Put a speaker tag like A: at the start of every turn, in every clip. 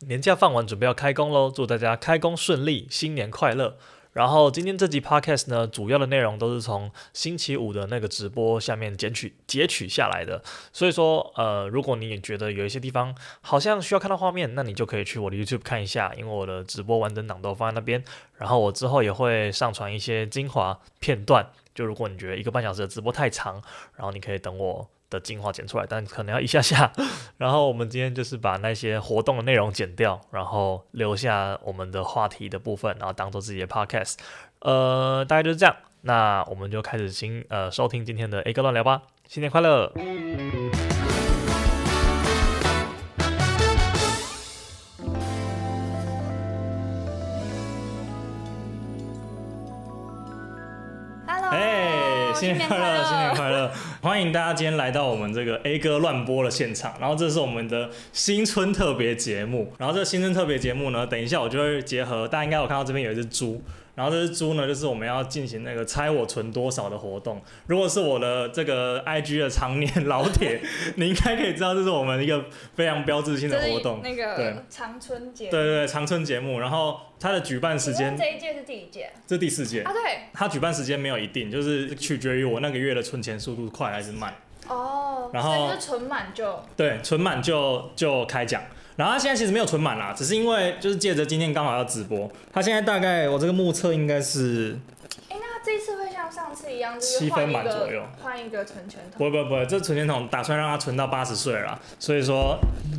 A: 年假放完，准备要开工喽！祝大家开工顺利，新年快乐！然后今天这集 podcast 呢，主要的内容都是从星期五的那个直播下面截取截取下来的。所以说，呃，如果你也觉得有一些地方好像需要看到画面，那你就可以去我的 YouTube 看一下，因为我的直播完整档都放在那边。然后我之后也会上传一些精华片段，就如果你觉得一个半小时的直播太长，然后你可以等我的精华剪出来，但可能要一下下。然后我们今天就是把那些活动的内容剪掉，然后留下我们的话题的部分，然后当做自己的 podcast。呃，大概就是这样。那我们就开始新呃收听今天的 A 哥乱聊吧，新年快乐！
B: Hello，
A: 哎，新年快乐，新年快乐！欢迎大家今天来到我们这个 A 哥乱播的现场，然后这是我们的新春特别节目，然后这个新春特别节目呢，等一下我就会结合大家应该有看到这边有一只猪，然后这只猪呢就是我们要进行那个猜我存多少的活动，如果是我的这个 IG 的常年老 铁，你应该可以知道这是我们一个非常标志性的
B: 这是
A: 活动，
B: 那
A: 对
B: 个长春节，
A: 对对对，长春节目，然后它的举办时
B: 我
A: 间
B: 们这一届是第一届
A: 这第四届
B: 啊，。对，
A: 它举办时间没有一定，就是取决于我那个月的存钱速度快还是慢。
B: 哦，
A: 然后
B: 所以就是存满就
A: 对，存满就就开奖。然后他现在其实没有存满啦，只是因为就是借着今天刚好要直播，他现在大概我这个目测应该是
B: 哎、那这一次会像上次一样，就是
A: 七
B: 换
A: 分
B: 一
A: 满左右
B: 个换一个存钱
A: 不
B: 筒，
A: 不不，这存钱筒打算让他存到八十岁了啦，所以说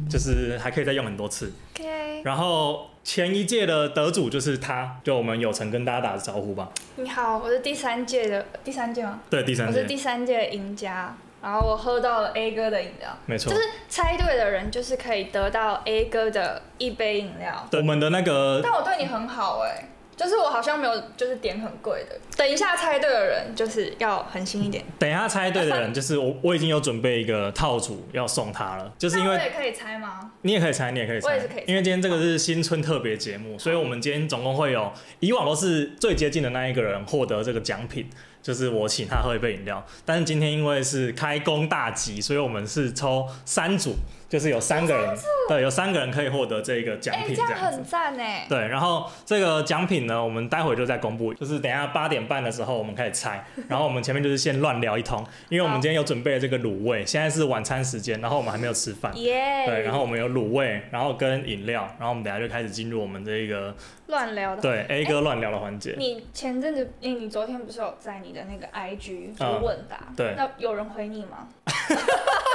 A: 就是还可以再用很多次。
B: OK，
A: 然后前一届的得主就是他，就我们有成跟大家打个招呼吧。
B: 你好，我是第三届的第三届吗？
A: 对，第三
B: 我哦是
A: 届，
B: 第三届的赢家，然后我喝到了 A 哥的饮料，
A: 没错
B: 就，是猜对的人就是可以得到 A 哥的一杯饮料。
A: 对我们的那个
B: 但我对你很好哎、就是我好像没有就是点很贵的，等一下猜对的人就是要狠心一点。
A: 等一下猜对的人， 就是我，我已经有准备一个套组要送他了，就是因
B: 那我
A: 为
B: 也可以猜吗？
A: 你也可以猜，你也可以猜，
B: 我也是可以猜
A: 因为今天这个是新春特别节目，所以我们今天总共会有，以往都是最接近的那一个人获得这个奖品，就是我请他喝一杯饮料。但是今天因为是开工大吉，所以我们是抽三组，就是有三个人，对，有三个人可以获得这个奖
B: 哎、
A: 品
B: 这样
A: 这样子
B: 很。赞哎、
A: 对，然后这个奖品呢，我们待会就再公布，就是等一下八点半的时候我们开始猜，然后我们前面就是先乱聊一通，因为我们今天有准备了这个卤味，现在是晚餐时间，然后我们还没有吃饭，
B: 耶、
A: 对，然后我们有卤味，然后跟饮料，然后我们等一下就开始进入我们这个
B: 乱聊的。
A: 对 A 哥乱聊的环节，
B: 你前阵子，欸你你昨天不是有在你的那个 IG 就
A: 嗯
B: 问答、
A: 对
B: 那有人回你吗？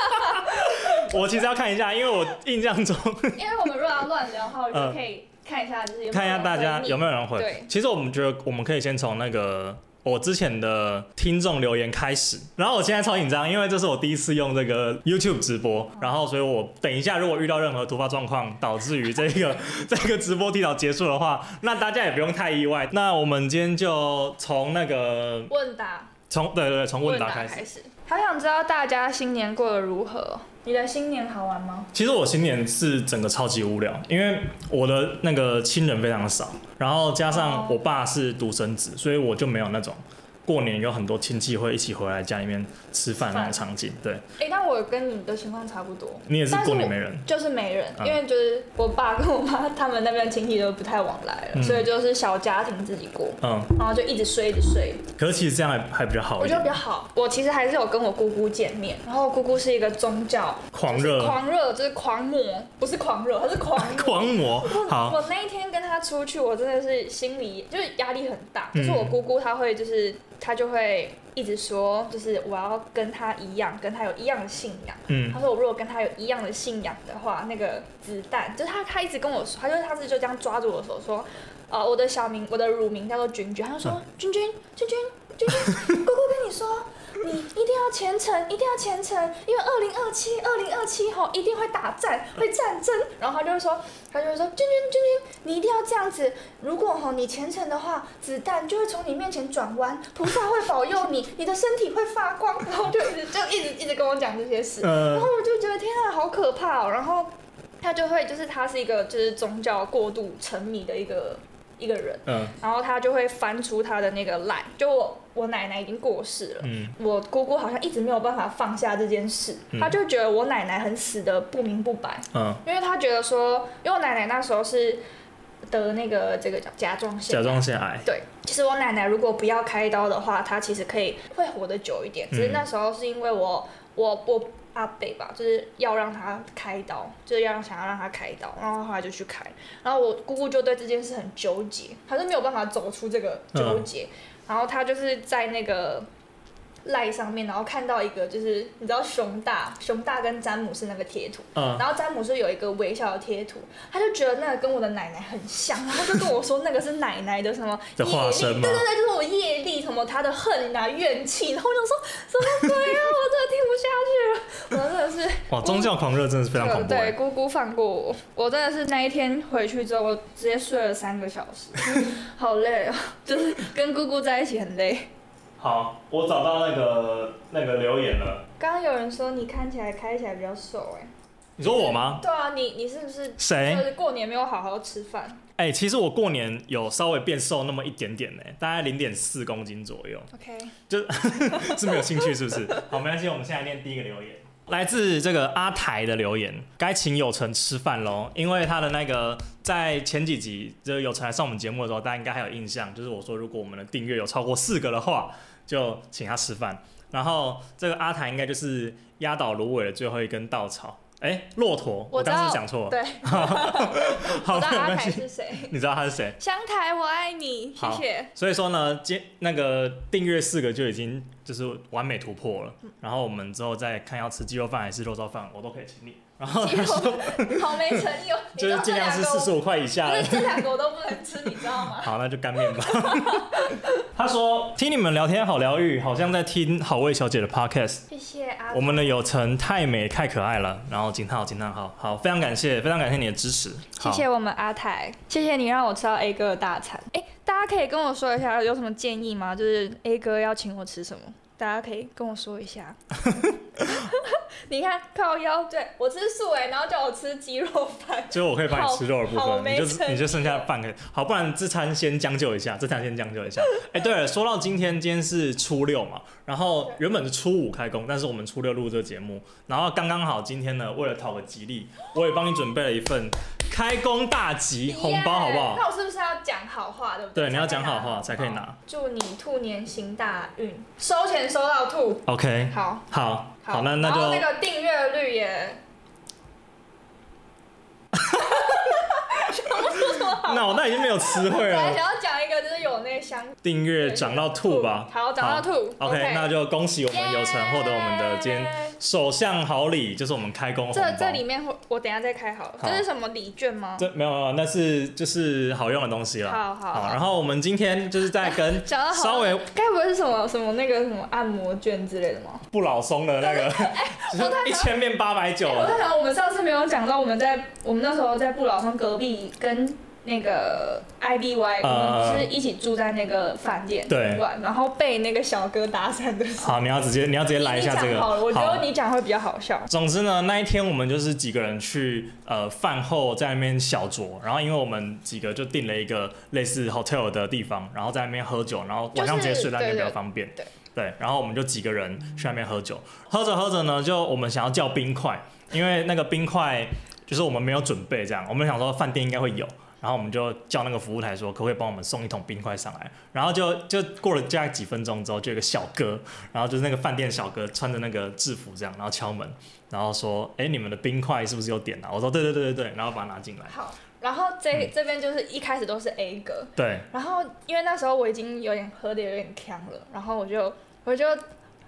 A: 我其实要看一下，因为我印象中
B: 因为我们如果要乱聊的话，我就
A: 嗯
B: 可以看一下，就是有没有
A: 看一下大家有
B: 有
A: 没有人回。
B: 对
A: 其实我们觉得我们可以先从那个我之前的听众留言开始。然后我现在超紧张，因为这是我第一次用这个 YouTube 直播，然后所以我等一下如果遇到任何突发状况，导致于这 个这个直播提早结束的话，那大家也不用太意外。那我们今天就从那个
B: 问答，
A: 从对对对从问答
B: 答
A: 开始。
B: 开始。好想知道大家新年过得如何？你的新年好玩吗？
A: 其实我新年是整个超级无聊，因为我的那个亲人非常少，然后加上
B: 哦
A: 我爸是独生子，所以我就没有那种过年有很多亲戚会一起回来家里面吃饭那种场景。对
B: 哎、那我跟你的情况差不多。
A: 你也是
B: 但是
A: 过年
B: 我
A: 没人，
B: 就是没人，
A: 嗯
B: 因为就是我爸跟我妈他们那边亲戚都不太往来了，
A: 嗯
B: 所以就是小家庭自己过，
A: 嗯，
B: 然后就一直睡一直睡，
A: 可是其实这样还还比较好
B: 我
A: 一
B: 觉得
A: 点
B: 比。较好。我其实还是有跟我姑姑见面，然后我姑姑是一个宗教
A: 狂
B: 就是
A: 热
B: 狂热就是狂魔，不是狂热，她是狂 魔。
A: 狂魔，好，
B: 我那一天跟她出去，我真的是心里就是压力很大，就是
A: 嗯
B: 我姑姑她会就是她就会一直说，就是我要跟她一样，跟她有一样的信仰。
A: 嗯
B: 他说我如果跟他有一样的信仰的话，那个子弹就是他，他一直跟我说，他就他是就这样抓住我的手说，呃，我的小名，我的乳名叫做君君，他就说君君君君君君，姑姑跟你说，你一定要虔诚，一定要虔诚，因为二零二七二零二七吼一定会打战，会战争，然后他就会说，他就会说君君君君，你一定要这样子，如果吼你虔诚的话，子弹就会从你面前转弯，菩萨会保佑你，你的身体会发光，然后就一直就一直一直跟我讲这些事，然
A: 呃
B: 后，我就觉得天啊，好可怕哦。然后他就会，就是他是一个就是宗教过度沉迷的一个一个人，
A: 嗯
B: 然后他就会翻出他的那个 line，就我我奶奶已经过世了，
A: 嗯
B: 我姑姑好像一直没有办法放下这件事，
A: 嗯
B: 她就觉得我奶奶很死的不明不白，
A: 嗯，
B: 因为她觉得说，因为我奶奶那时候是得那个这个叫甲状腺，
A: 甲状腺癌，
B: 对，其实我奶奶如果不要开刀的话，她其实可以会活得久一点。只是那时候是因为我我我阿北吧，就是要让她开刀，就是要让想要让她开刀，然后后来就去开。然后我姑姑就对这件事很纠结，她就没有办法走出这个纠结。然后她就是在那个赖上面，然后看到一个就是你知道熊大熊大跟詹姆斯那个贴图，
A: 嗯
B: 然后詹姆斯有一个微笑的贴图，他就觉得那个跟我的奶奶很像，然后就跟我说那个是奶奶的什么
A: 的
B: 业
A: 化
B: 力，
A: 身吗
B: 对对对，就是我业力什么他的恨啊怨气，然后我想说什么鬼啊，我真的听不下去了， 我真的是
A: 哇，宗教狂热真的是非常恐怖
B: 对
A: 欸。
B: 姑姑放过我，我真的是那一天回去之后，我直接睡了三个小时， 好累哦，就是跟姑姑在一起很累。
A: 好，我找到那个那个留言了。
B: 刚刚有人说你看起来开起来比较瘦哎、
A: 你说我吗？
B: 对啊，你你是不是
A: 谁
B: 就？是过年没有好好吃饭
A: 哎、其实我过年有稍微变瘦那么一点点呢、大概零点四公斤左右，
B: ？OK，
A: 是没有兴趣是不是？好，没关系，我们现在念第一个留言，来自这个阿台的留言，该请有成吃饭喽，因为他的那个在前几集就是有成来上我们节目的时候，大家应该还有印象，就是我说如果我们的订阅有超过四个的话，就请他吃饭。然后这个阿台应该就是压倒芦苇的最后一根稻草，哎、骆驼，
B: 我
A: 我
B: 知道
A: 当时讲错了，
B: 对，
A: 好，没
B: 我知道
A: 有
B: 阿
A: 关
B: 凯
A: 系，
B: 是谁。
A: 你知道他是谁？
B: 香台，我爱你，谢
A: 好
B: 谢。
A: 所以说呢，今那个订阅四个就已经就是完美突破了。然后我们之后再看要吃鸡肉饭还是肉燥饭，我都可以请你。然后
B: 鸡肉 好没诚 意哦，你
A: 就是
B: 知
A: 尽量
B: 道这
A: 是
B: 两个
A: 四十五块以下
B: 我，不
A: 的
B: 是。这两个我都不能吃，你知道 吗？
A: 好，那就干面吧。他说听你们聊天好疗愈，好像在听好味小姐的 podcast。
B: 谢谢阿
A: 我们的有成太美太可爱了，然后惊叹号惊叹号，好，非常感谢，非常感谢你的支持。
B: 谢
A: 好
B: 谢我们阿台，谢谢你让我吃到 A 哥的大餐。哎、大家可以跟我说一下有什么建议吗？就是 A 哥要请我吃什么，大家可以跟我说 一下。你看靠腰，对我吃素哎、然后叫我吃鸡肉饭，
A: 就是我可以帮你吃肉的部
B: 好好
A: 分，你
B: 没
A: 就
B: 诚意
A: 你就剩下半个，好，不然这餐先将就一下，这餐先将 就一下。哎、对了，说到今天，今天是初六嘛，然后原本是初五开工，但是我们初六录这个节目，然后刚刚好今天呢，为了讨个吉利，我也帮你准备了一份开工大吉 红包，好不好
B: Yeah，？那我是不是要讲好话，对不
A: 对，
B: 对
A: 你要讲好话才可以。拿。
B: 祝你兔年行大运，收钱收到吐。
A: OK，
B: 好，
A: 好，好，那那
B: 然后那
A: 就
B: 个订阅率也，
A: 那我那已经没有词汇
B: 本来
A: 了，
B: 想要讲一个就是有那香
A: 订阅涨到吐吧。
B: 好，讲到吐。
A: OK，那就恭喜我们有成获得我们的今天
B: Yeah
A: 首相好礼，就是我们开工红包。
B: 这这里面会，我等一下再开好了。
A: 好
B: 这是什么礼券吗？
A: 这没有没有，那是就是好用的东西了。
B: 好好好
A: 然后我们今天就是在跟
B: 讲到好，
A: 稍微
B: 该不会是什么什么那个什么按摩券之类的吗？
A: 不老松的那 个， 就是一千变八百九。
B: 哎我在想，我们上次没有讲到，我们在我们那时候在不老松隔壁跟那个 IBY，、
A: 呃
B: 我们是一起住在那个饭店
A: 对
B: 玩，然后被那个小哥搭讪的时候。
A: 好，你要直接你要直接来一下这个。
B: 你讲好了，我觉
A: 好
B: 得你讲会比较好笑。
A: 总之呢，那一天我们就是几个人去呃饭后在那边小酌，然后因为我们几个就订了一个类似 hotel 的地方，然后在那边喝酒，然后晚上直接睡在那边比较方便。
B: 对
A: 对，然后我们就几个人去那边喝酒，喝着喝着呢，就我们想要叫冰块，因为那个冰块就是我们没有准备这样，我们想说饭店应该会有。然后我们就叫那个服务台说，可不可以帮我们送一桶冰块上来？然后就就过了大概几分钟之后，就有一个小哥，然后就是那个饭店小哥穿着那个制服这样，然后敲门，然后说：“哎、你们的冰块是不是有点啊？”我说：“对对对对对。”然后把它拿进来。
B: 好，然后
A: 嗯
B: 这、这边就是一开始都是 A 哥，
A: 对，
B: 然后因为那时候我已经有点喝的有点呛了，然后我就我就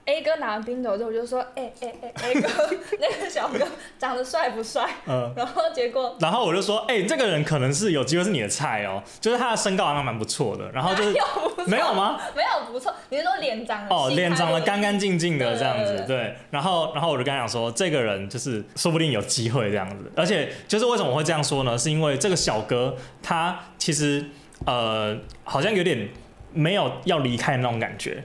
B: A 哥拿完冰走之后，我就说，哎哎哎，A 哥 那个小哥长得帅不帅？
A: 嗯、
B: 然后结果
A: 然后我就说：“哎、这个人可能是有机会是你的菜哦，就是他的身高好像蛮不错的。”然后 就是
B: 哪有不错
A: 没有吗？
B: 没有不错，你是说脸长得
A: 哦，脸长得干干净净的
B: 对
A: 这样子
B: 对，
A: 对。然后，然后我就跟他讲说，这个人就是说不定有机会这样子。而且，就是为什么我会这样说呢？是因为这个小哥他其实呃，好像有点没有要离开的那种感觉。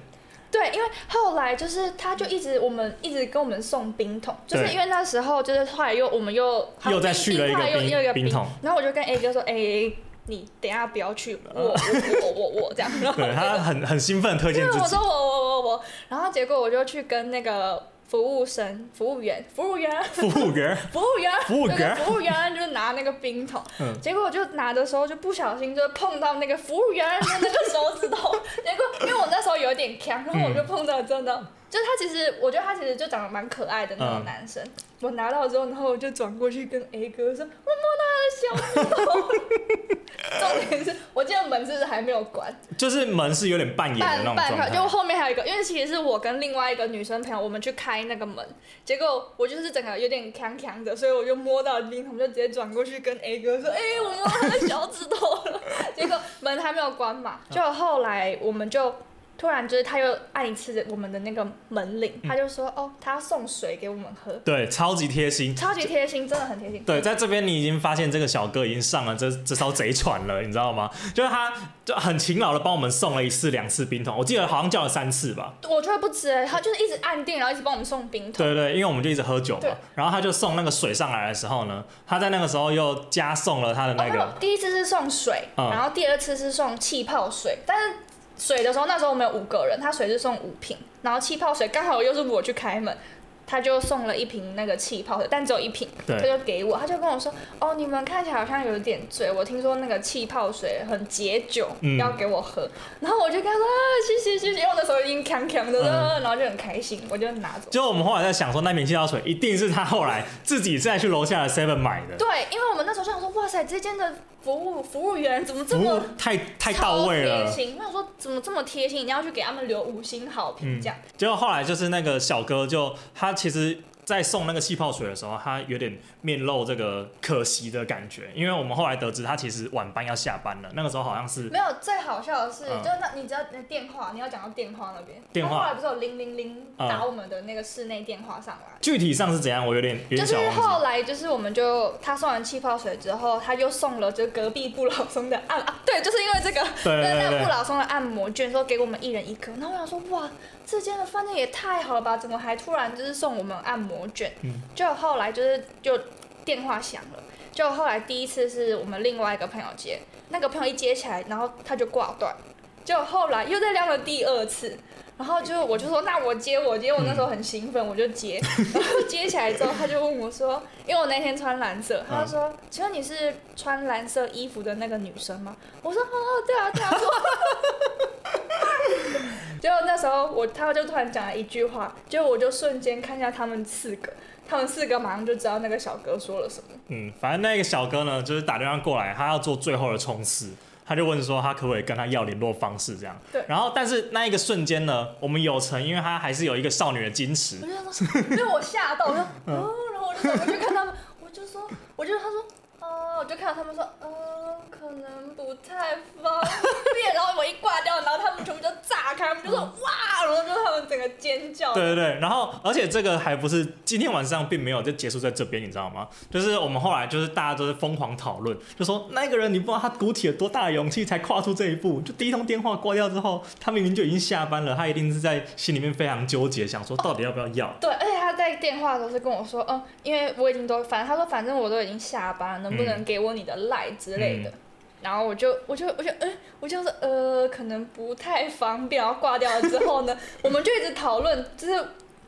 B: 对，因为后来就是他就一直我们一直跟我们送冰桶，就是
A: 对
B: 因为那时候就是后来又我们又
A: 又再续了一个
B: 又
A: 冰
B: 又一个
A: 冰桶，
B: 然后我就跟 A 哥说，哎、你等一下不要去， 我我我我我这样，然后
A: 对他很很兴奋地推荐
B: 对，
A: 自
B: 我
A: 己
B: 说，我我我我，然后结果我就去跟那个服务生、服务员、服务员、啊
A: 服务员，
B: 服务员、
A: 服务员
B: 对对服务员就拿那个冰桶，
A: 嗯
B: 结果我就拿的时候就不小心就碰到那个服务员的那个手指头，结果 因为我那时候有点呛，然后我就碰到真的。就是他其实，我觉得他其实就长得蛮可爱的那种
A: 嗯
B: 男生。我拿到之后，然后我就转过去跟 A 哥说：“我摸到他的小指头。” 重点是我记得门是不是还没有关？
A: 就是门是有点半掩的
B: 半
A: 那种
B: 半
A: 状
B: 开，
A: 态，
B: 就后面还有一个，因为其实是我跟另外一个女生朋友，我们去开那个门，结果我就是整个有点强强的，所以我就摸到冰桶，就直接转过去跟 A 哥说：“哎、我摸到他的小指头了。”结果门还没有关嘛，就后来我们就。突然就是，他又按一次我们的那个门铃，他就说：“哦，他要送水给我们喝，
A: 对，超级贴心。
B: 超级贴心，真的很贴心。”
A: 对，在这边你已经发现这个小哥已经上了这这艘贼船了，你知道吗？就是他就很勤劳的帮我们送了一次、两次冰桶，我记得好像叫了三次吧。
B: 我觉得不止欸，他就是一直按定，然后一直帮我们送冰桶。
A: 对对，因为我们就一直喝酒嘛
B: 对，
A: 然后他就送那个水上来的时候呢，他在那个时候又加送了他的
B: 哦，
A: 那
B: 没有
A: 个，，
B: 第一次是送水，
A: 嗯
B: 然后第二次是送气泡水，但是水的时候那时候我们有五个人，他水是送五瓶，然后气泡水刚好又是我去开门。他就送了一瓶那个气泡水，但只有一瓶，
A: 对
B: 他就给我，他就跟我说：“哦，你们看起来好像有点醉，我听说那个气泡水很解酒，
A: 嗯
B: 要给我喝。”然后我就跟他说：“啊，谢谢谢谢。”因为我那时候已经扛扛的了，
A: 嗯
B: 然后就很开心，我就拿走。
A: 就我们后来在想说，那瓶气泡水一定是他后来自己再去楼下的 Seven 买的，
B: 对，因为我们那时候就想说：“哇塞，这间的服务服务员怎么这
A: 服
B: 么
A: 务太太到位
B: 超贴
A: 了。
B: 心，我想说怎么这么贴心，一定要去给他们留五星好评这样。
A: 结果后来就是那个小哥就他其实。在送那个气泡水的时候，他有点面露这个可惜的感觉，因为我们后来得知他其实晚班要下班了，那个时候好像是
B: 没有，最好笑的是，
A: 嗯
B: 就是那你知道你的电话，你要讲到电话那边，
A: 电话
B: 然后后来不是有零零零
A: 嗯
B: 打我们的那个室内电话上来。
A: 具体上是怎样，我有点有
B: 就
A: 点
B: 是
A: 小忘
B: 后
A: 记。
B: 来，就是我们就他送完气泡水之后，他又送了就是隔壁不老松的按啊，对，就是因为这个，
A: 对对
B: 那
A: 对
B: 个不
A: 对，
B: 老松的按摩券说给我们一人一颗，然后我想说哇，这间的饭店也太好了吧，怎么还突然就是送我们按摩券？
A: 嗯
B: 就后来就是就电话响了，就后来第一次是我们另外一个朋友接，那个朋友一接起来，然后他就挂断，就后来又再亮了第二次。然后就我就说那我接我接我那时候很兴奋我就接，然后接起来之后他就问我说，因为我那天穿蓝色，他就说、
A: 嗯
B: 请问你是穿蓝色衣服的那个女生吗？我说哦 对啊对啊，结果那时候我他就突然讲了一句话，结果我就瞬间看向他们四个，他们四个马上就知道那个小哥说了什么。
A: 嗯，反正那个小哥呢，就是打电话过来，他要做最后的冲刺，他就问说他可不可以跟他要联络方式这样。
B: 对
A: 然后，但是那一个瞬间呢，我们有成，因为他还是有一个少女的矜持
B: 我。就说，被我吓到，我说哦，然后我就走过去看他们，我就说，我就他说。哦，我就看到他们说，嗯、可能不太方便。然后我一挂掉，然后他们全部就炸开，他们就说哇，然后就他们整个尖叫。
A: 对对对，然后而且这个还不是今天晚上并没有就结束在这边，你知道吗？就是我们后来就是大家都是疯狂讨论，就说那个人你不知道他鼓起了多大的勇气才跨出这一步，就第一通电话挂掉之后，他明明就已经下班了，他一定是在心里面非常纠结，想说到底要不要要。
B: 对，而且他在电话的时候是跟我说，嗯，因为我已经都，反正他说反正我都已经下班，能
A: 嗯
B: 不能给我你的赖之类的。然后我就我就我就嗯，我就说呃，可能不太方便。然后挂掉了之后呢，我们就一直讨论，就是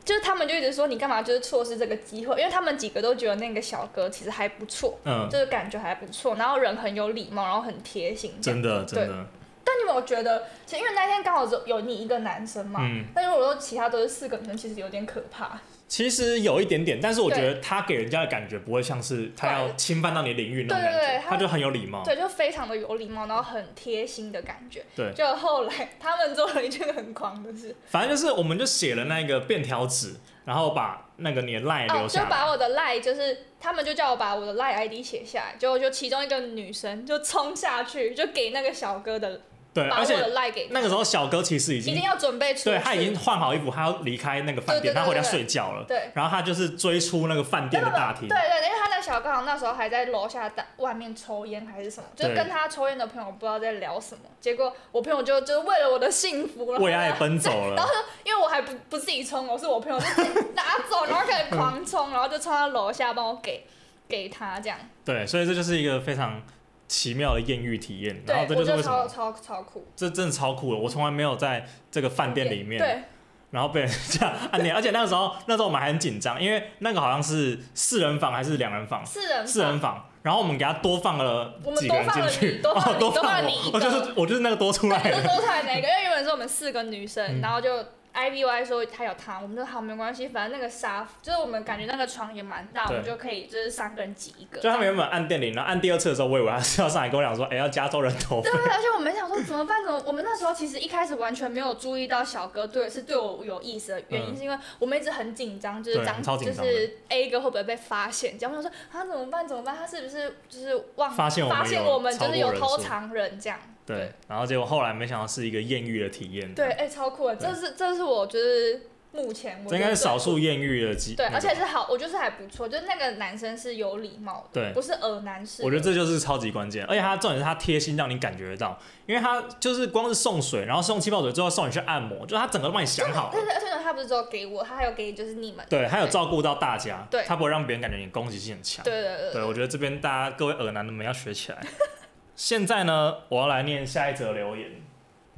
B: 就是他们就一直说你干嘛就是错失这个机会，因为他们几个都觉得那个小哥其实还不错，
A: 嗯，
B: 就是感觉还不错，然后人很有礼貌，然后很贴心这
A: 真
B: 样。
A: 的
B: 对
A: 真的，
B: 但你有没有觉得，其实因为那天刚好只有你一个男生嘛，
A: 嗯，
B: 但如果说其他都是四个女生，其实有点可怕。
A: 其实有一点点，但是我
B: 对
A: 觉得他给人家的感觉不会像是他要
B: 对
A: 侵犯到你的领域那种
B: 对
A: 感觉，
B: 对对
A: 他
B: 他
A: 就很有礼貌。
B: 对，就非常的有礼貌，然后很贴心的感觉。
A: 对
B: 就后来他们做了一件很狂的事，
A: 反正就是我们就写了那个便条纸，然后把那个你的赖哎留
B: 哦，就
A: 下来。
B: 把我的赖，就是他们就叫我把我的赖 ID 写下来，结果就其中一个女生就冲下去，就给那个小哥的，
A: 对，呃
B: 把
A: 而
B: 我
A: 且
B: 的赖给他
A: 那个时候小哥其实已
B: 一定
A: 经
B: 要准备出去，
A: 对他已经换好衣服，他要离开那个饭
B: 对对
A: 店，
B: 对
A: 他回家
B: 对对
A: 睡觉了。嗯
B: 对。
A: 然后他就是追出那个饭店的大
B: 对
A: 厅。
B: 对，因为他那小哥好像那时候还在楼下大外面抽烟还是什么，就是
A: 对
B: 跟他抽烟的朋友不知道在聊什么，结果我朋友就就为了我的幸福，然后
A: 为爱奔走了
B: 然后因为我还不不自己冲，我是我朋友就自己拿走，然后开始狂冲，然后就冲到楼下帮我给给他这样。
A: 对，所以这就是一个非常奇妙的艳遇体验。然后
B: 对，
A: 这就
B: 我
A: 是
B: 觉
A: 为
B: 得
A: 什
B: 超
A: 么
B: 超超酷。
A: 这真的超酷的，我从来没有在这个饭店里面，哦
B: 对，
A: 然后被人家按键，而且那个时候那时候我们还很紧张，因为那个好像是四人房还是两人房？
B: 四人
A: 四人房，然后我们给他多放了
B: 我们
A: 几个人进去，
B: 多放了
A: 哦
B: 你
A: 多
B: 多放了
A: 我
B: 你一，个
A: 我就是我就是那个多出来
B: 就
A: 的，
B: 是多出来那个，因为原本是我们四个女生，
A: 嗯
B: 然后就 I V Y 说她有她，我们就好没关系，反正那个沙就是我们感觉那个床也蛮大，我
A: 对
B: 们就可以就是三个人挤一个。
A: 就他们原本按电铃，然后按第二次的时候，我以为他是要上来跟我讲说，哎，要加州人头 费
B: 对，而且我们想说怎么办？怎么？我们那时候其实一开始完全没有注意到小哥对是对我有意思的原因，
A: 嗯
B: 是因为我们一直很紧张，就是
A: 对
B: 张
A: 超
B: 就
A: 紧张的
B: 是 A 哥会不会被发现？这样我想说啊怎么办？怎么办？他是不是就是忘
A: 发现我们
B: 发现
A: 有
B: 我们就
A: 超
B: 是
A: 过
B: 有
A: 人
B: 偷
A: 数
B: 藏人这样？
A: 对，然后结果后来没想到是一个艳遇的体验，
B: 对，，哎、超酷的，
A: 嗯对
B: 这是这是我就是目前我
A: 这应
B: 觉
A: 该
B: 得
A: 是
B: 最
A: 少数艳遇的机，
B: 对，
A: 那个
B: 而且是好，我觉得还不错，就是那个男生是有礼貌的，
A: 对
B: 不是耳男式的。
A: 我觉得这就是超级关键，而且他重点是他贴心让你感觉得到，因为他就是光是送水，然后送气泡水之后送你去按摩，就是他整个都帮你想好
B: 但
A: 了，
B: 是而且呢，他不是只有给我，他还有给就是你们。
A: 对，他有照顾到大家，
B: 对
A: 他不会让别人感觉你攻击性很强。
B: 对对对
A: 对，我觉得这边大家各位耳男们要学起来。 现在呢，我要来念下一则留言。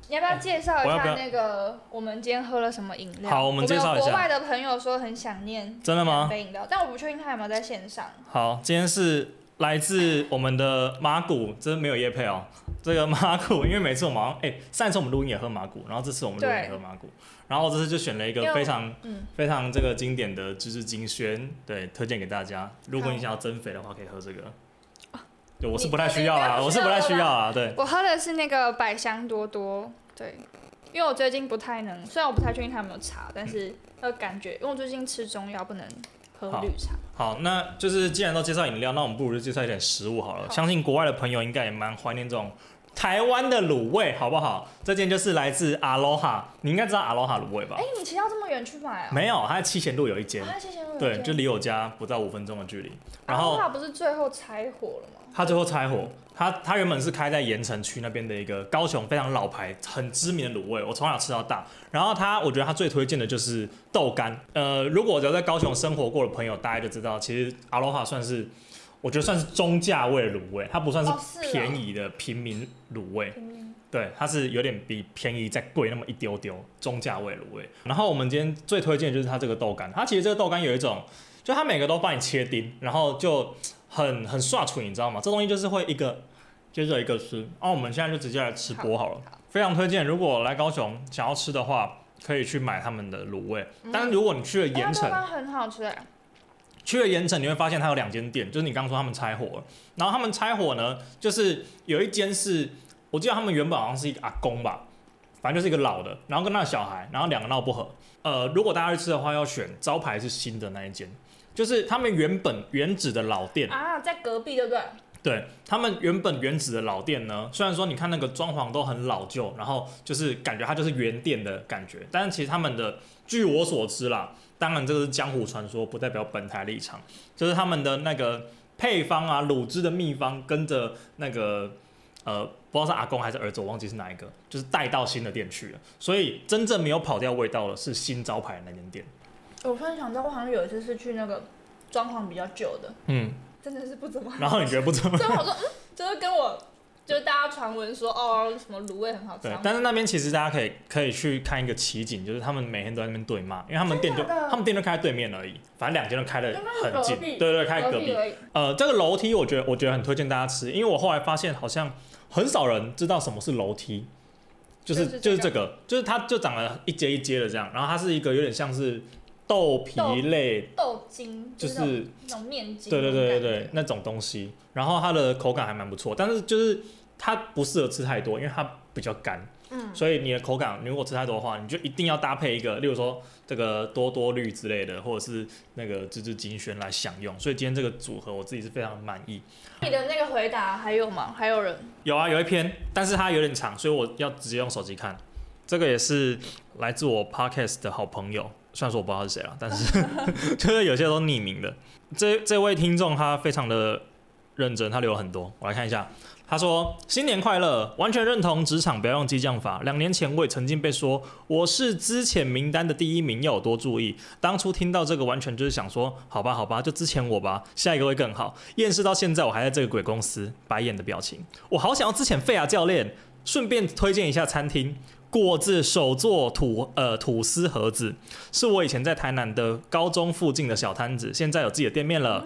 B: 你要不要介绍一
A: 我要不
B: 下
A: 要
B: 那个我们今天喝了什么饮料？
A: 好我们介绍一下啊
B: 有国外的朋友说很想念
A: 真的吗
B: 两杯饮料，但我不确定他有没有在线上。
A: 好，今天是来自我们的马古，这没有叶配哦。这个马古，因为每次我们好像哎、上一次我们录音也喝马古，然后这次我们录音也
B: 对
A: 喝马古，然后我这次就选了一
B: 因为
A: 个
B: 我
A: 非常
B: 嗯，
A: 非常这个经典的就是金萱，对，推荐给大家。如果你想要增肥的话，可以喝这个。对，我是不太需要啦，
B: 哦你
A: 我是不太需要啦，对。
B: 我喝的是那个百香多多，对，因为我最近不太能，虽然我不太确定他有没有茶，但是呃感觉，因为我最近吃中药不能喝
A: 好
B: 绿茶。
A: 好，那就是既然都介绍饮料，那我们不如就介绍一点食物好了。
B: 好
A: 相信国外的朋友应该也蛮怀念这种台湾的卤味，好不好？这件就是来自阿罗哈，你应该知道阿罗哈卤味吧
B: 哎、？你骑到这么远去买啊？
A: 没有，它在七贤路有一间，
B: 啊，谢啊谢陆
A: 对，
B: 姐
A: 就离我家不到五分钟的距离。然
B: 阿
A: 后
B: 罗哈不是最后拆伙了吗？
A: 他最后拆伙，他他原本是开在盐城区那边的一个高雄非常老牌、很知名的卤味，我从小吃到大。然后他，我觉得他最推荐的就是豆干。呃，如果有在高雄生活过的朋友，大家就知道，其实阿罗哈算是，我觉得算是中价位的卤味，它不算
B: 哦是
A: 是
B: 哦
A: 便宜的平民卤味。
B: 平民
A: 对，它是有点比便宜再贵那么一丢丢，中价位卤味。然后我们今天最推荐的就是它这个豆干，它其实这个豆干有一种，就它每个都帮你切丁，然后就很很刷出，你知道吗？这东西就是会一个 接着一个吃。哦，我们现在就直接来吃播好了，
B: 好
A: 非常推荐。如果来高雄想要吃的话，可以去买他们的卤味。但是如果你去了
B: 哎它
A: 盐城
B: 豆，干很好吃哎、
A: 去了盐城，你会发现它有两间店，就是你刚刚说他们拆伙了。然后他们拆伙呢，就是有一间是，我记得他们原本好像是一个阿公吧，反正就是一个老的，然后跟那个小孩，然后两个闹不和。呃，如果大家去吃的话，要选招牌是新的那一间，就是他们原本原址的老店。
B: 啊，在隔壁对不对？
A: 对他们原本原址的老店呢，虽然说你看那个装潢都很老旧，然后就是感觉它就是原店的感觉，但是其实他们的，据我所知啦，当然这个是江湖传说，不代表本台立场，就是他们的那个配方啊，卤汁的秘方跟着那个。呃，不知道是阿公还是儿子，我忘记是哪一个，就是带到新的店去了。所以真正没有跑掉味道的是新招牌的那间店。
B: 我突然想到，我好像有一次是去那个装潢比较久的，
A: 嗯，
B: 真的是不怎么 好。
A: 然后你觉得不怎么
B: 所以我说，嗯，就是跟我就是大家传闻说，哦，什么卤味很好吃
A: 对
B: 啊，，
A: 但是那边其实大家可以可以去看一个奇景，就是他们每天都在那边对骂，因为他们店就
B: 真的假的
A: 他们店就开在对面而已，反正两间都开的很近，
B: 应该是隔
A: 对
B: 壁
A: 对，开在隔壁。
B: 而已。
A: 呃，这个楼梯我觉得我觉得很推荐大家吃，因为我后来发现好像很少人知道什么是楼梯，就是
B: 就是
A: 就
B: 这个
A: 是这个，就是它就长了一阶一阶的这样，然后它是一个有点像是豆皮
B: 豆
A: 类，
B: 豆筋
A: 就
B: 那种
A: 是
B: 那种面筋，
A: 对对对对对，，那种东西，然后它的口感还蛮不错，但是就是它不适合吃太多，因为它比较干。
B: 嗯，
A: 所以你的口感，你如果吃太多的话，你就一定要搭配一个，例如说这个多多绿之类的，或者是那个芝芝金萱来享用。所以今天这个组合，我自己是非常满意。
B: 你的那个回答还有吗？还有人？
A: 有啊，有一篇，但是它有点长，所以我要直接用手机看。这个也是来自我 podcast 的好朋友，虽然说我不知道他是啊谁了，但是就是有些都匿名的。这这位听众他非常的认真，他留了很多，我来看一下。他说：“新年快乐！完全认同职场不要用激将法。两年前我也曾经被说我是之前名单的第一名，要有多注意。当初听到这个，完全就是想说，好吧，好吧，就之前我吧，下一个会更好。厌世到现在，我还在这个鬼公司，白眼的表情。我好想要之前费亚教练。顺便推荐一下餐厅，过字手做土呃吐司盒子，是我以前在台南的高中附近的小摊子，现在有自己的店面了。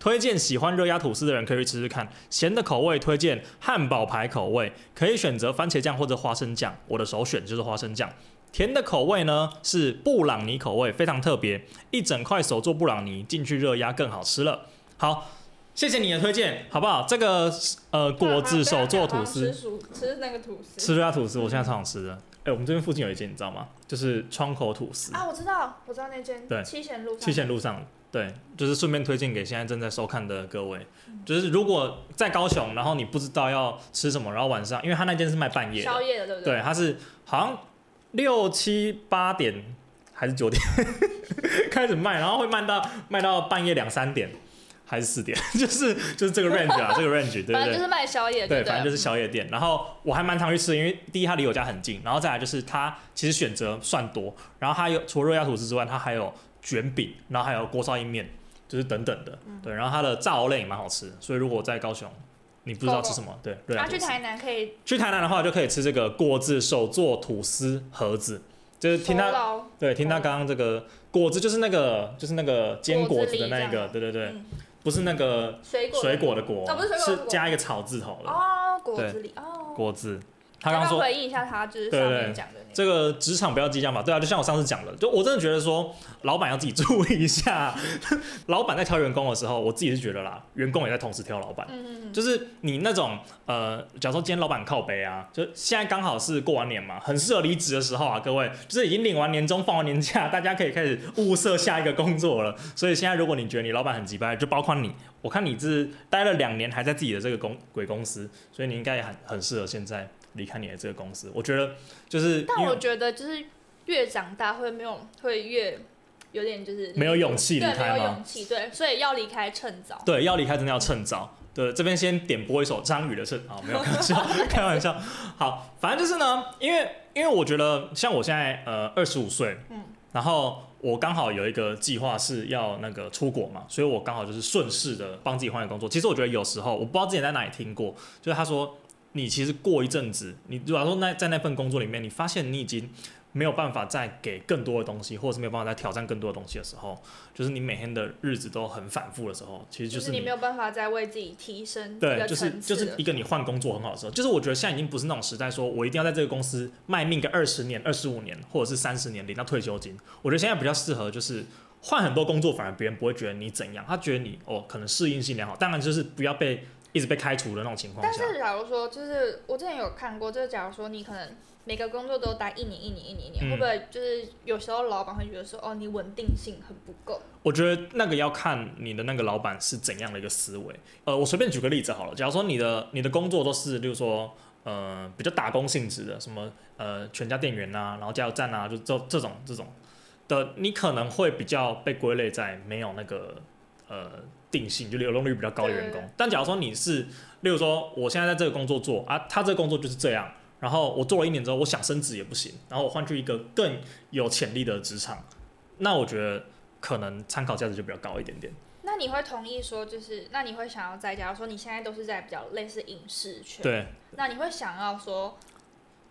A: 推荐喜欢热压吐司的人可以去吃吃看，咸的口味推荐汉堡排口味，可以选择番茄酱或者花生酱，我的首选就是花生酱。甜的口味呢是布朗尼口味，非常特别，一整块手做布朗尼进去热压更好吃了。好，谢谢你的推荐，好不好？这个呃果子手做吐司，
B: 吃薯吃那个吐司
A: 吃热吐司，我现在超想吃
B: 嗯
A: 的。哎、我们这边附近有一间，你知道吗？就是窗口吐司，
B: 啊，我知道，我知道那间
A: 对
B: 七贤路上
A: 七贤路上。对，就是顺便推荐给现在正在收看的各位，
B: 嗯
A: 就是如果在高雄，然后你不知道要吃什么，然后晚上，因为他那间是卖半夜的，
B: 宵夜的，对不对？
A: 对，他是好像六七八点还是九点 开始卖，然后会卖到卖到半夜两三点还是四点， 就是就是这个 range 啊，这个 range，对不
B: 反正
A: 对
B: 就？是卖宵夜，
A: 对，
B: 哎不对啊
A: 反正就是宵夜店。然后我还蛮常去吃，因为第一它离我家很近，然后再来就是它其实选择算多，然后它有除了肉鸭吐司之外，它还有卷饼，然后还有锅烧意面，就是等等的。
B: 嗯
A: 对，然后它的炸藕类也蛮好吃，所以如果在高雄。你不知道吃什么？对，热鸭
B: 啊，
A: 吐
B: 去
A: 司。
B: 台南可以
A: 去台南的话，就可以吃这个过字手做吐司盒子，就是听
B: 熟哦
A: 他
B: 捞
A: 对听他刚刚这个果子，就是那个就是那个煎果
B: 果
A: 子
B: 子
A: 的
B: 狸
A: 那一
B: 这
A: 个，
B: 样
A: 对对对，
B: 嗯
A: 不是那个
B: 水果
A: 水果的果
B: 哦不是水，果的
A: 是
B: 果
A: 加一个草字头的。
B: 哦，果
A: 对
B: 子狸哦。
A: 果子，他
B: 要
A: 刚
B: 不
A: 刚
B: 要
A: 说
B: 回应一下他就是
A: 对
B: 上
A: 对
B: 面讲的那个，
A: 这个职场不要激将法，对啊，就像我上次讲的，就我真的觉得说，老板要自己注意一下。 老板在挑员工的时候，我自己是觉得啦，员工也在同时挑老板。
B: 嗯嗯嗯，
A: 就是你那种呃，假如说今天老板靠背啊，就现在刚好是过完年嘛，很适合离职的时候啊，各位，就是已经领完年终、放完年假，大家可以开始物色下一个工作了。所以现在如果你觉得你老板很急掰，就包括你，我看你是待了两年还在自己的这个公鬼公司，所以你应该也很很适合现在离开你的这个公司。我觉得就是
B: 但
A: 因
B: 我
A: 为
B: 觉得就是越长大会没有会越有点就是
A: 没有勇气离
B: 对
A: 开
B: 没有
A: 吗？
B: 勇气，对，所以要离开趁早。
A: 对，要离开真的要趁早。对，这边先点播一首张宇的《趁》啊、没有开玩 笑，开玩笑。好，反正就是呢，因为因为我觉得像我现在呃二十五岁，嗯
B: 嗯，
A: 然后我刚好有一个计划是要那个出国嘛，所以我刚好就是顺势的帮自己换一个工作。其实我觉得有时候我不知道之前在哪里听过，就是他说你其实过一阵子，你如果说那在那份工作里面，你发现你已经没有办法再给更多的东西，或者是没有办法再挑战更多的东西的时候，就是你每天的日子都很反复的时候，其实就是
B: 是你没有办法再为自己提升一
A: 对，
B: 个
A: 就是
B: 层
A: 就
B: 次
A: 是
B: 了
A: 一个你换工作很好的时候，就是我觉得现在已经不是那种时代，说我一定要在这个公司卖命个二十年、二十五年，或者是三十年领到退休金。我觉得现在比较适合就是换很多工作，反而别人不会觉得你怎样，他觉得你哦可能适应性良好。当然就是不要被一直被开除的那种情况
B: 但
A: 下，
B: 是假如说，就是我之前有看过，就是假如说你可能每个工作都待一年、一年、一年、一年，
A: 嗯
B: 会不会就是有时候老板会觉得说，哦，你稳定性很不够，
A: 我觉得那个要看你的那个老板是怎样的一个思维。呃，我随便举个例子好了，假如说你的你的工作都是，例如说，呃，比较打工性质的，什么呃全家店员啊，然后加油站啊，就这这种这种的，你可能会比较被归类在没有那个呃定性，就流动率比较高的员工
B: 对对。
A: 但假如说你是，例如说我现在在这个工作做啊，他这个工作就是这样。然后我做了一年之后，我想升职也不行，然后我换去一个更有潜力的职场，那我觉得可能参考价值就比较高一点点。
B: 那你会同意说，就是那你会想要在，假如说你现在都是在比较类似影视圈，，
A: 对，
B: 那你会想要说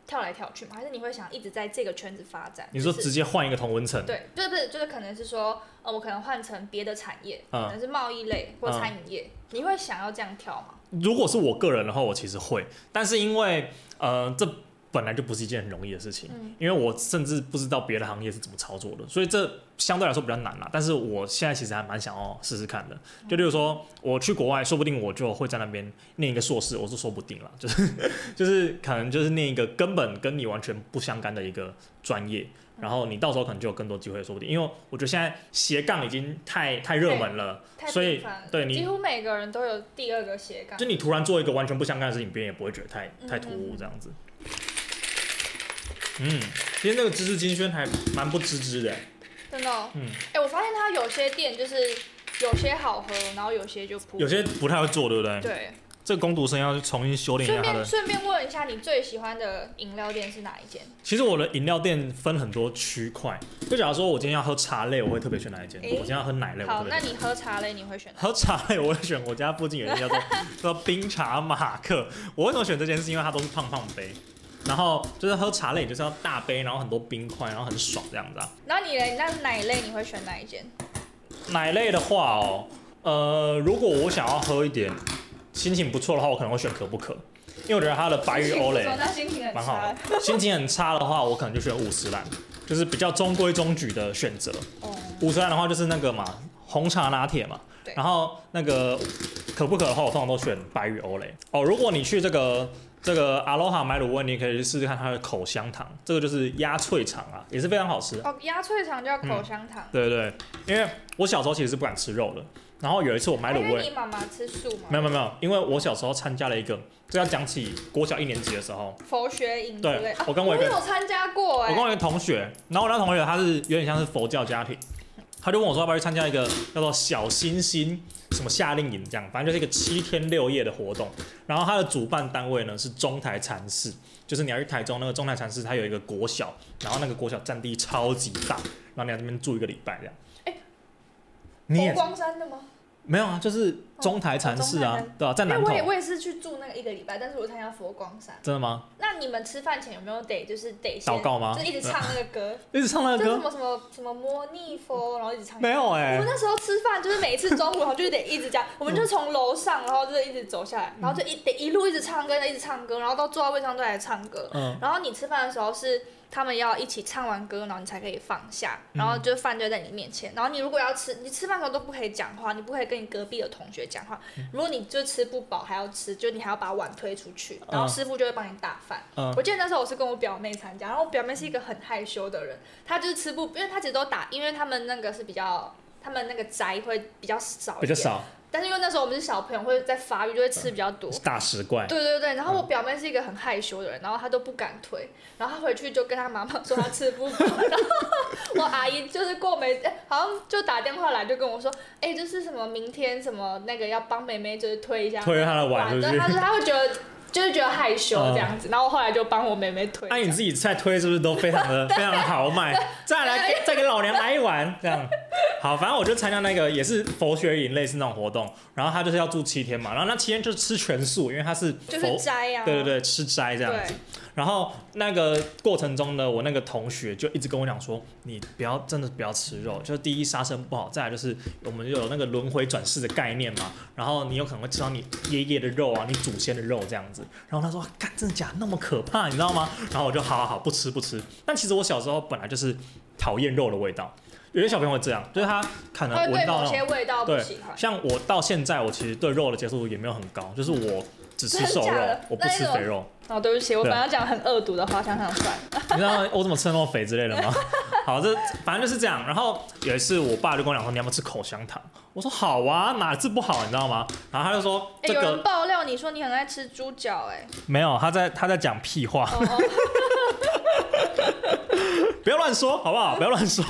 B: 跳来跳去吗？还是你会想一直在这个圈子发展？
A: 你说
B: 就是
A: 直接换一个同温层，
B: 对，对不对？就是可能是说，呃，我可能换成别的产业，
A: 嗯
B: 可能是贸易类或
A: 嗯
B: 餐饮业，你会想要这样跳吗？
A: 如果是我个人的话，我其实会，但是因为呃，这本来就不是一件很容易的事情，
B: 嗯
A: 因为我甚至不知道别的行业是怎么操作的，所以这相对来说比较难啦。但是我现在其实还蛮想要试试看的，就例如说我去国外，说不定我就会在那边念一个硕士，我是说不定啦，就是就是可能就是念一个根本跟你完全不相干的一个专业。然后你到时候可能就有更多机会，说不定，因为我觉得现在斜杠已经太太热门了，
B: 太
A: 所以
B: 频繁了
A: 对你嗯
B: 几乎每个人都有第二个斜杠
A: 就。你突然做一个完全不相干的事情，别人也不会觉得太
B: 嗯
A: 太突兀这样子。嗯，其实那个芝士金萱还蛮不芝芝的，
B: 真的、哦，
A: 嗯
B: 哎、我发现它有些店就是有些好喝，然后有些就普。
A: 有些不太会做，对不对？
B: 对，
A: 这个工读生要去重新修炼一
B: 顺
A: 下他
B: 便
A: 的。
B: 顺便问一下，你最喜欢的饮料店是哪一间？
A: 其实我的饮料店分很多区块，就假如说我今天要喝茶类，我会特别选哪一间；
B: 诶
A: 我今天要喝奶类，我特
B: 好，
A: 别
B: 那
A: 选
B: 你喝茶类你会选哪？
A: 喝茶类，我会选我家附近有一家叫做叫做冰茶马克。我为什么选这间？是因为它都是胖胖杯，然后就是喝茶类，你就是要大杯，然后很多冰块，然后很爽这样子啊。
B: 然后你嘞，那奶类你会选哪一间？
A: 奶类的话哦，呃，如果我想要喝一点心情不错的话，我可能会选可不可，因为我觉得它的白玉 欧蕾
B: 那心情很
A: 蛮好
B: 差
A: 的。心情很差的话，我可能就选五十兰，就是比较中规中矩的选择。
B: 哦，
A: 五十兰的话就是那个嘛，红茶拿铁嘛
B: 对。
A: 然后那个可不可的话，我通常都选白玉欧蕾。哦，如果你去这个这个阿罗哈买卤味，你可以去试试看它的口香糖，这个就是鸭脆肠啊，也是非常好吃。
B: 哦，鸭脆肠叫口香糖。
A: 对对对，因为我小时候其实是不敢吃肉的，然后有一次我买
B: 因
A: 卤
B: 为
A: 味，
B: 哎你妈妈吃素嘛？
A: 没有没有没有，因为我小时候参加了一个，这要讲起国小一年级的时候，
B: 佛学营之
A: 对
B: 类。啊
A: 我跟我一个
B: 有参加过
A: 我
B: 哎、
A: 跟我一个同学，然后我那同学他是有点像是佛教家庭，他就问我说要不要去参加一个叫做小星星什么夏令营这样，反正就是一个七天六夜的活动。然后他的主办单位呢是中台禅寺，就是你要去台中那个中台禅寺，它有一个国小，然后那个国小占地超级大，然后你在那边住一个礼拜这样。
B: 哎
A: 你
B: 佛
A: 也
B: 光山的吗？
A: 没有啊，就是中台禅寺
B: 哦
A: 啊
B: 中台，
A: 对吧、在
B: 因为
A: 南
B: 我
A: 投
B: 也。我也是去住那个一个礼拜，但是我参加佛光山。
A: 真的吗？
B: 那你们吃饭前有没有得就是得先
A: 祷告吗呃
B: 就一直唱那个歌，
A: 一直唱那
B: 就
A: 个
B: 是什
A: 歌？
B: 么什么什么摩尼佛，然后一直唱。
A: 没有哎、
B: 我们那时候吃饭就是每一次中午，然后就得一直这样，我
A: 嗯
B: 们就从楼上，然后就一直走下来，然后就一得一路一直唱歌，一直唱歌，然后到坐到位上都来唱歌。
A: 嗯，
B: 然后你吃饭的时候是他们要一起唱完歌，然后你才可以放下，
A: 嗯
B: 然后就饭就在你面前。然后你如果要吃，你吃饭的时候都不可以讲话，你不可以跟你隔壁的同学讲话。
A: 嗯
B: 如果你就吃不饱还要吃，就你还要把碗推出去，然后
A: 嗯
B: 师傅就会帮你打饭。
A: 嗯
B: 我记得那时候我是跟我表妹参加，然后我表妹是一个很害羞的人，她就是吃不，因为她其实都打，因为他们那个是比较。他们那个斋会比较少，
A: 比较，少，
B: 但是因为那时候我们是小朋友，会在发育，就会吃比较多。
A: 是大食怪。
B: 对对对，然后我表妹是一个很害羞的人，然后她都不敢推，然后她回去就跟她妈妈说她哎吃不饱，然后我阿姨就是过没，哎好像就打电话来就跟我说，哎，就是什么明天什么那个要帮妹妹就是推一下
A: 推他的碗
B: 碗，
A: 是不
B: 啊对，啊她
A: 是？
B: 说她会觉得就是觉得害羞这样子，然后我后来就帮我妹妹推，
A: 那、啊你自己在推是不是都非常 的非常的豪迈？再来给再给老娘来一碗，这样。好，反正我就参加那个也是佛学营类似那种活动，然后他就是要住七天嘛，然后那七天就是吃全素，因为他是佛，
B: 就是摘呀、啊，
A: 对对对，吃斋这样子。
B: 对
A: 然后那个过程中呢，我那个同学就一直跟我讲说，你不要真的不要吃肉，就是第一杀生不好，再来就是我们有那个轮回转世的概念嘛，然后你有可能会吃到你爷爷的肉啊，你祖先的肉这样子。然后他说，啊干真的假的那么可怕，你知道吗？然后我就好好好不吃不吃。但其实我小时候本来就是讨厌肉的味道，有些小朋友会这样，就是他可
B: 她
A: 能
B: 会对
A: 闻
B: 某
A: 到那
B: 些
A: 种。
B: 味道不
A: 对
B: 喜欢，。
A: 像我到现在，我其实对肉的接受度也没有很高，就是我只吃瘦
B: 真的假
A: 肉
B: 的，
A: 我不
B: 那
A: 吃
B: 那种
A: 肥肉。
B: 哦，对不起，我
A: 对
B: 本来要讲很恶毒的话，想想算了，
A: 你知道我怎么吃那么肥之类的吗？ 好，这反正就是这样。然后有一次，我爸就跟我讲说，你要不要吃口香糖？我说好啊，哪次不好，你知道吗？然后他就说
B: 哎
A: 这
B: 有人
A: 个
B: 爆料你说你很爱吃猪脚、哎。
A: 没有，他在他在讲屁话，
B: 哦哦
A: 不要乱说，好不好？不要乱说。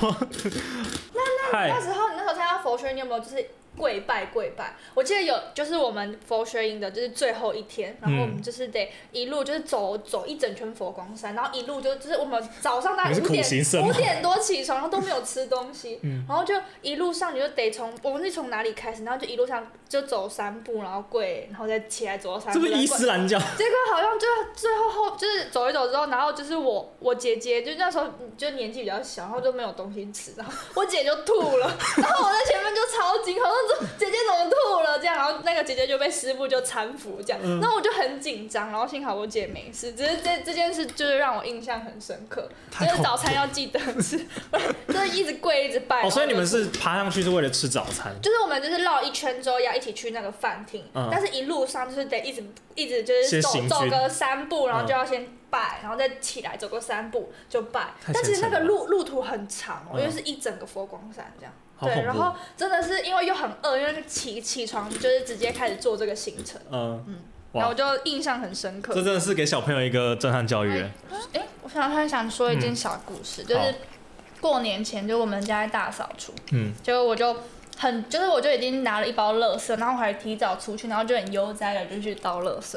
A: 嗨
B: 那，时候你那时候参加佛学营，你有没有就是跪拜跪拜？我记得有，就是我们佛学营的就是最后一天，然
A: 嗯
B: 后我们就是得一路就是走走一整圈佛光山，然后一路就就是我们早上大概
A: 你是
B: 五
A: 苦
B: 点
A: 行僧
B: 五
A: 吗
B: 点多起床，然后都没有吃东西，
A: 嗯
B: 然后就一路上你就得从我们是从哪里开始，然后就一路上就走三步，然后跪，然后再起来走到三
A: 这不
B: 步。
A: 是
B: 然后
A: 伊
B: 跪
A: 斯兰教？
B: 结果好像就最后后就是走一走之后，然后就是我我姐姐就那时候就年纪比较小，然后就没有东西吃，然后我姐就 吐了，然后我在前面就超惊，好像说姐姐怎么吐了这样，然后那个姐姐就被师傅就搀扶这样，
A: 嗯
B: 然后我就很紧张，然后幸好我姐没事，只是这这件事就是让我印象很深刻，
A: 太
B: 就
A: 恐
B: 是
A: 怖
B: 早餐要记得吃， 就是一直跪一直拜。
A: 哦，所以你
B: 然后就
A: 们是爬上去是为了吃早餐？
B: 就是我们就是绕一圈之后要一起去那个饭厅，
A: 嗯
B: 但是一路上就是得一直一直就是
A: 先
B: 走
A: 行军
B: 走个三步，然后
A: 嗯
B: 就要先拜，然后再起来走个三步就拜。
A: 太虔诚
B: 但其实那个路路途很长、哦，
A: 嗯
B: 因为是一整个佛光山这样。
A: 好
B: 对，
A: 恐
B: 然
A: 怖
B: 后。真的是因为又很饿，因为起起床就是直接开始做这个行程，
A: 嗯，
B: 然
A: 哇
B: 后我，就印象很深刻
A: 这。真的是给小朋友一个震撼教育。哎
B: 哎、我想突然想说一件小故事，就是
A: 嗯好
B: 过年前就我们家在大扫除，
A: 嗯，
B: 结果我就很，就是我就已经拿了一包垃圾，然后我还提早出去，然后就很悠哉的就去倒垃圾。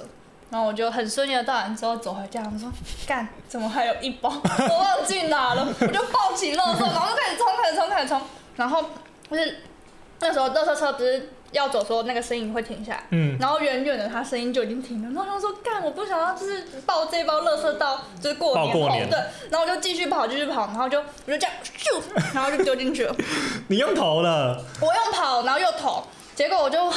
B: 然后我就很顺利的倒完之后走回家，我说干，怎么还有一包？我忘记拿了， 我就抱起垃圾，然后就开始冲，开始冲，开始冲。然后就是那时候垃圾车不是要走的时候，那个声音会停下来，
A: 嗯，
B: 然后远远的他声音就已经停了，然后我想说干，我不想要就是抱这包垃圾到就是过
A: 到
B: 年
A: 过
B: 后
A: 年
B: 对，然后我就继续跑继续跑，然后就我就这样咻，然后就丢进去了，
A: 你用头了，
B: 我用跑然后又投，结果我就、哦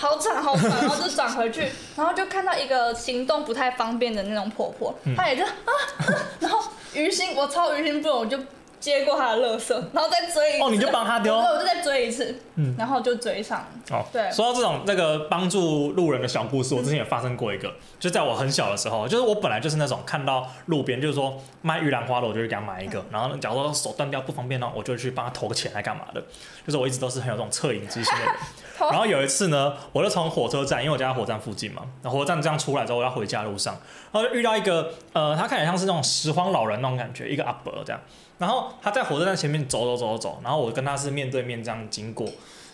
B: 好惨好惨，然后就转回去，然后就看到一个行动不太方便的那种婆婆，
A: 嗯
B: 她也就啊，啊 然后于心我超于心不忍，我就接过她的垃圾，然后再追一次，
A: 哦你就帮她丢
B: 对，我就再追一次，
A: 嗯
B: 然后就追上了，
A: 哦，
B: 对
A: 说到这种那个帮助路人的小故事，我之前也发生过一个，就在我很小的时候，就是我本来就是那种看到路边就是说卖玉兰花的，我就去给他买一个，然后假如说手断掉不方便呢，我就去帮他投个钱来干嘛的，就是我一直都是很有这种恻隐之心的人。然后有一次呢，我就从火车站，因为我家在火车站附近嘛，然后火车站这样出来之后，我要回家的路上，然后就遇到一个呃，他看起来像是那种拾荒老人那种感觉，一个阿伯这样。然后他在火车站前面走走走走走，然后我跟他是面对面这样经过，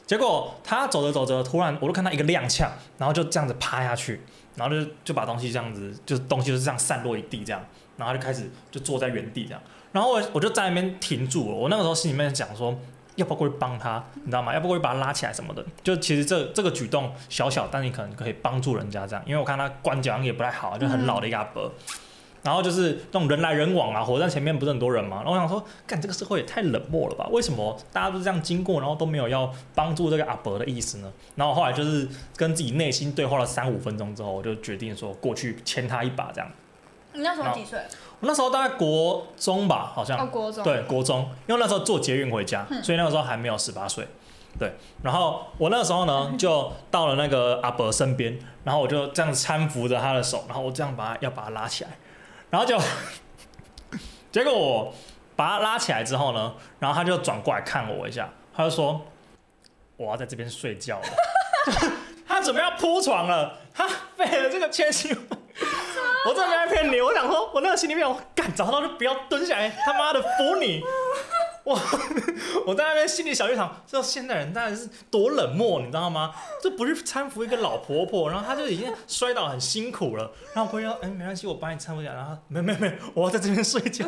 A: 结果他走着走着，突然我就看到一个踉跄，然后就这样子趴下去，然后就就把东西这样子，就是东西就是这样散落一地这样，然后他就开始就坐在原地这样，然后我我就在那边停住了，我那个时候心里面想说。要不要过去帮他，你知道吗？要不要过去把他拉起来什么的？就其实这这个举动小小，但你可能可以帮助人家这样，因为我看他关节好像也不太好，啊就很老的一个阿伯。 然后就是那种人来人往啊，火车站前面不是很多人嘛。然后我想说，干这个社会也太冷漠了吧？为什么大家都是这样经过，然后都没有要帮助这个阿伯的意思呢？然后后来就是跟自己内心对话了三五分钟之后，我就决定说过去牵他一把这样。
B: 你那时候几岁？
A: 我那时候大概国中吧，好像
B: 哦，国中，
A: 对，国中，因为那时候坐捷运回家，所以那个时候还没有十八岁。对，然后我那个时候呢，
B: 嗯
A: 就到了那个阿伯身边，然后我就这样搀扶着他的手，然后我这样把他要把他拉起来，然后就， 结果我把他拉起来之后呢，然后他就转过来看我一下，他就说：“我要在这边睡觉了。” 他准备要铺床了，他费了这个千辛我真的没在骗你，我想说，我那个心里面，我敢找到就不要蹲下来，他妈的服你！我 我在那边心里小剧场，知道现代人当然是多冷漠，你知道吗？这不是搀扶一个老婆婆，然后她就已经摔倒很辛苦了，然后我就说，哎、没关系，我帮你搀扶起来，然后她没没没，我要在这边睡觉，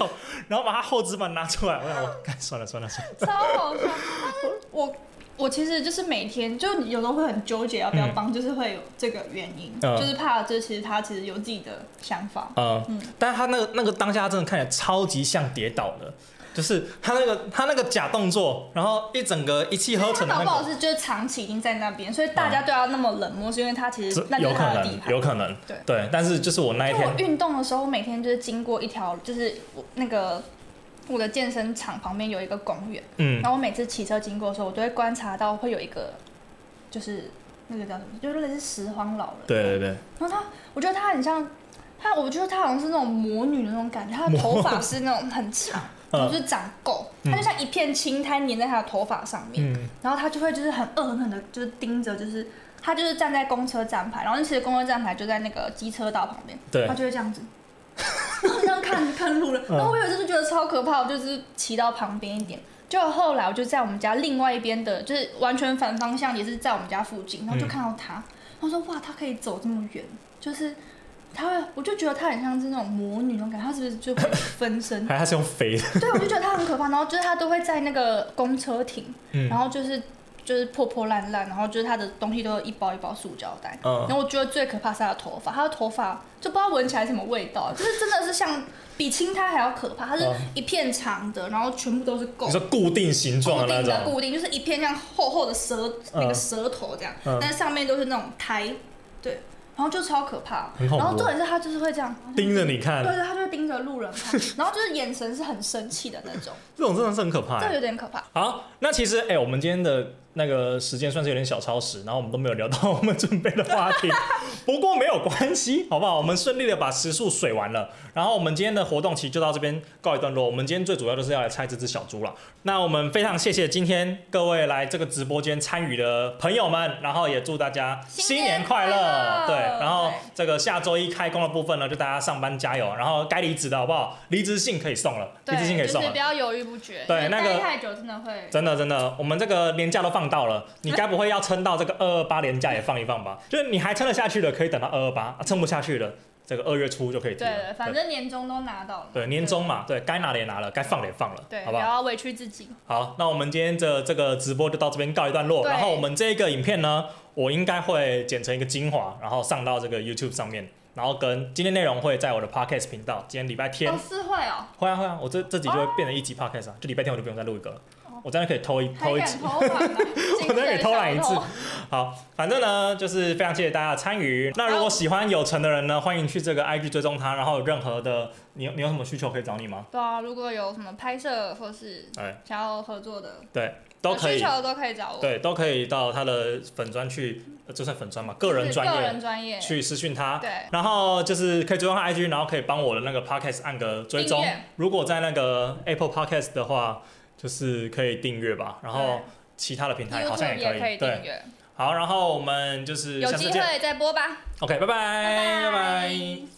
A: 然后把她厚纸板拿出来，我想我干算了算了算了，
B: 超好笑。但是我我其实就是每天就有时候会很纠结要不要帮，就是会有这个原因，
A: 嗯
B: 就是怕就是其实他其实有自己的想法。
A: 呃，但是他那个那个当下真的看起来超级像跌倒的，就是他那个他那个假动作，然后一整个一气呵
B: 他
A: 成的
B: 搞
A: 那
B: 不好
A: 个，
B: 是就是长期已经在那边，所以大家对他那么冷漠，是因为他其实
A: 这
B: 那
A: 有
B: 就是
A: 可
B: 他的地
A: 能
B: 盘。
A: 有可能
B: 对
A: 但是就是我那一
B: 因为
A: 天
B: 我运动的时候，我每天就是经过一条，就是我那个我的健身场旁边有一个公园，
A: 嗯
B: 然后我每次骑车经过的时候，我都会观察到会有一个，就是那个叫什么，就是类似拾荒老人。
A: 对对对，
B: 然后她，我觉得她很像她，我觉得她好像是那种魔女的那种感觉，她的头发是那种很长，然后
A: 嗯
B: 就是长垢，她就像一片青苔粘在她的头发上面，
A: 嗯
B: 然后她就会就是很恶狠狠的，就是盯着，就是她就是站在公车站牌，然后其实公车站牌就在那个机车道旁边，
A: 对
B: 她就会这样子。然后这样看看路人，然后我有一次就觉得超可怕，我就是骑到旁边一点，就后来我就在我们家另外一边的，就是完全反方向，也是在我们家附近，然后就
A: 嗯
B: 看到他，然后说哇，他可以走这么远，就是他会，我就觉得他很像是那种魔女那种感觉，他是不是就会分身？
A: 还还是用飞的，
B: 对，我就觉得他很可怕，然后就是他都会在那个公车停，
A: 嗯
B: 然后就是就是破破烂烂，然后就是他的东西都有一包一包塑胶袋。然
A: 嗯，
B: 后我觉得最可怕是他的头发，他的头发就不知道闻起来什么味道，就是真的是像比青苔还要可怕，它是
A: 嗯
B: 一片长的，然后全部都是垢
A: 你，说固定形
B: 固
A: 状
B: 定
A: 那
B: 的
A: 种，
B: 固定，就是一片这样厚厚的舌、
A: 嗯
B: 那个舌头这样，
A: 嗯
B: 但是上面都是那种苔，对，然后就超可怕。
A: 很恐怖
B: 然后重点是他就是会这样，
A: 盯着你
B: 对
A: 看，
B: 对，他就会盯着路人 看，然后就是眼神是很生气的那种，
A: 这种真的是很可怕、
B: 这个
A: 欸。
B: 有点可怕。
A: 好，那其实哎、我们今天的那个时间算是有点小超时，然后我们都没有聊到我们准备的话题， 不过没有关系，好不好？我们顺利的把时数水完了，然后我们今天的活动其实就到这边告一段落。我们今天最主要就是要来猜这只小猪了。那我们非常谢谢今天各位来这个直播间参与的朋友们，然后也祝大家
B: 新
A: 新
B: 年
A: 年快
B: 快乐
A: 乐。对，然后
B: 对
A: 这个下周一开工的部分呢，就大家上班加油，然后该离职的好不好？离职信可以送了，离职信可
B: 对，
A: 以
B: 就
A: 送
B: 是
A: 了
B: 不。要犹豫不决，
A: 对
B: 因为
A: 那
B: 待
A: 个
B: 太久真的会。
A: 真的真的，我们这个年假都放放到了，你该不会要撑到这个二二八连假也放一放吧？就是你还撑得下去的，可以等到二二八；啊撑不下去的，这个二月初就可以提了。
B: 对，反正年终都拿到了嘛。
A: 对年终嘛，对该拿的也拿了，该放的也放了，
B: 对，
A: 好
B: 不
A: 不好？
B: 要委屈自己。
A: 好，那我们今天的这个直播就到这边告一段落。
B: 对
A: 然后我们这个影片呢，我应该会剪成一个精华，然后上到这个 YouTube 上面，然后跟今天内容会在我的 Podcast 频道，今天礼拜天
B: 哦，是会哦，
A: 会啊会啊，我这这集就会变成一集 podcast 啊，就礼拜天我就不用再录一个了，我这样可以偷一
B: 哦还
A: 偷一集
B: 敢。偷懒 吗？
A: 我再给偷懒一次
B: 谨慎小偷。
A: 好，反正呢就是非常谢谢大家的参与。那如果喜欢有成的人呢，欢迎去这个 IG 追踪他，然后有任何的你有你有什么需求可以找你吗？
B: 对啊，如果有什么拍摄或是
A: 哎，
B: 想要合作的，
A: 对，都可
B: 有需
A: 以
B: 求，的都可以找我。，
A: 对，都可以到他的粉专去，呃就算粉专嘛，个人专
B: 个
A: 业
B: 人专业，
A: 去私讯他。
B: 对，
A: 然后就是可以追踪他 IG，然后可以帮我的那个 podcast 按个追踪
B: 订阅。
A: 如果在那个 Apple Podcast 的话，就是可以订阅吧。然后其他的平台好像
B: YouTube 也可以
A: 以。对
B: 订，阅，
A: 好，然后我们就是
B: 有
A: 下次
B: 机
A: 见。
B: 会再播吧。
A: OK，拜拜，拜
B: 拜
A: 拜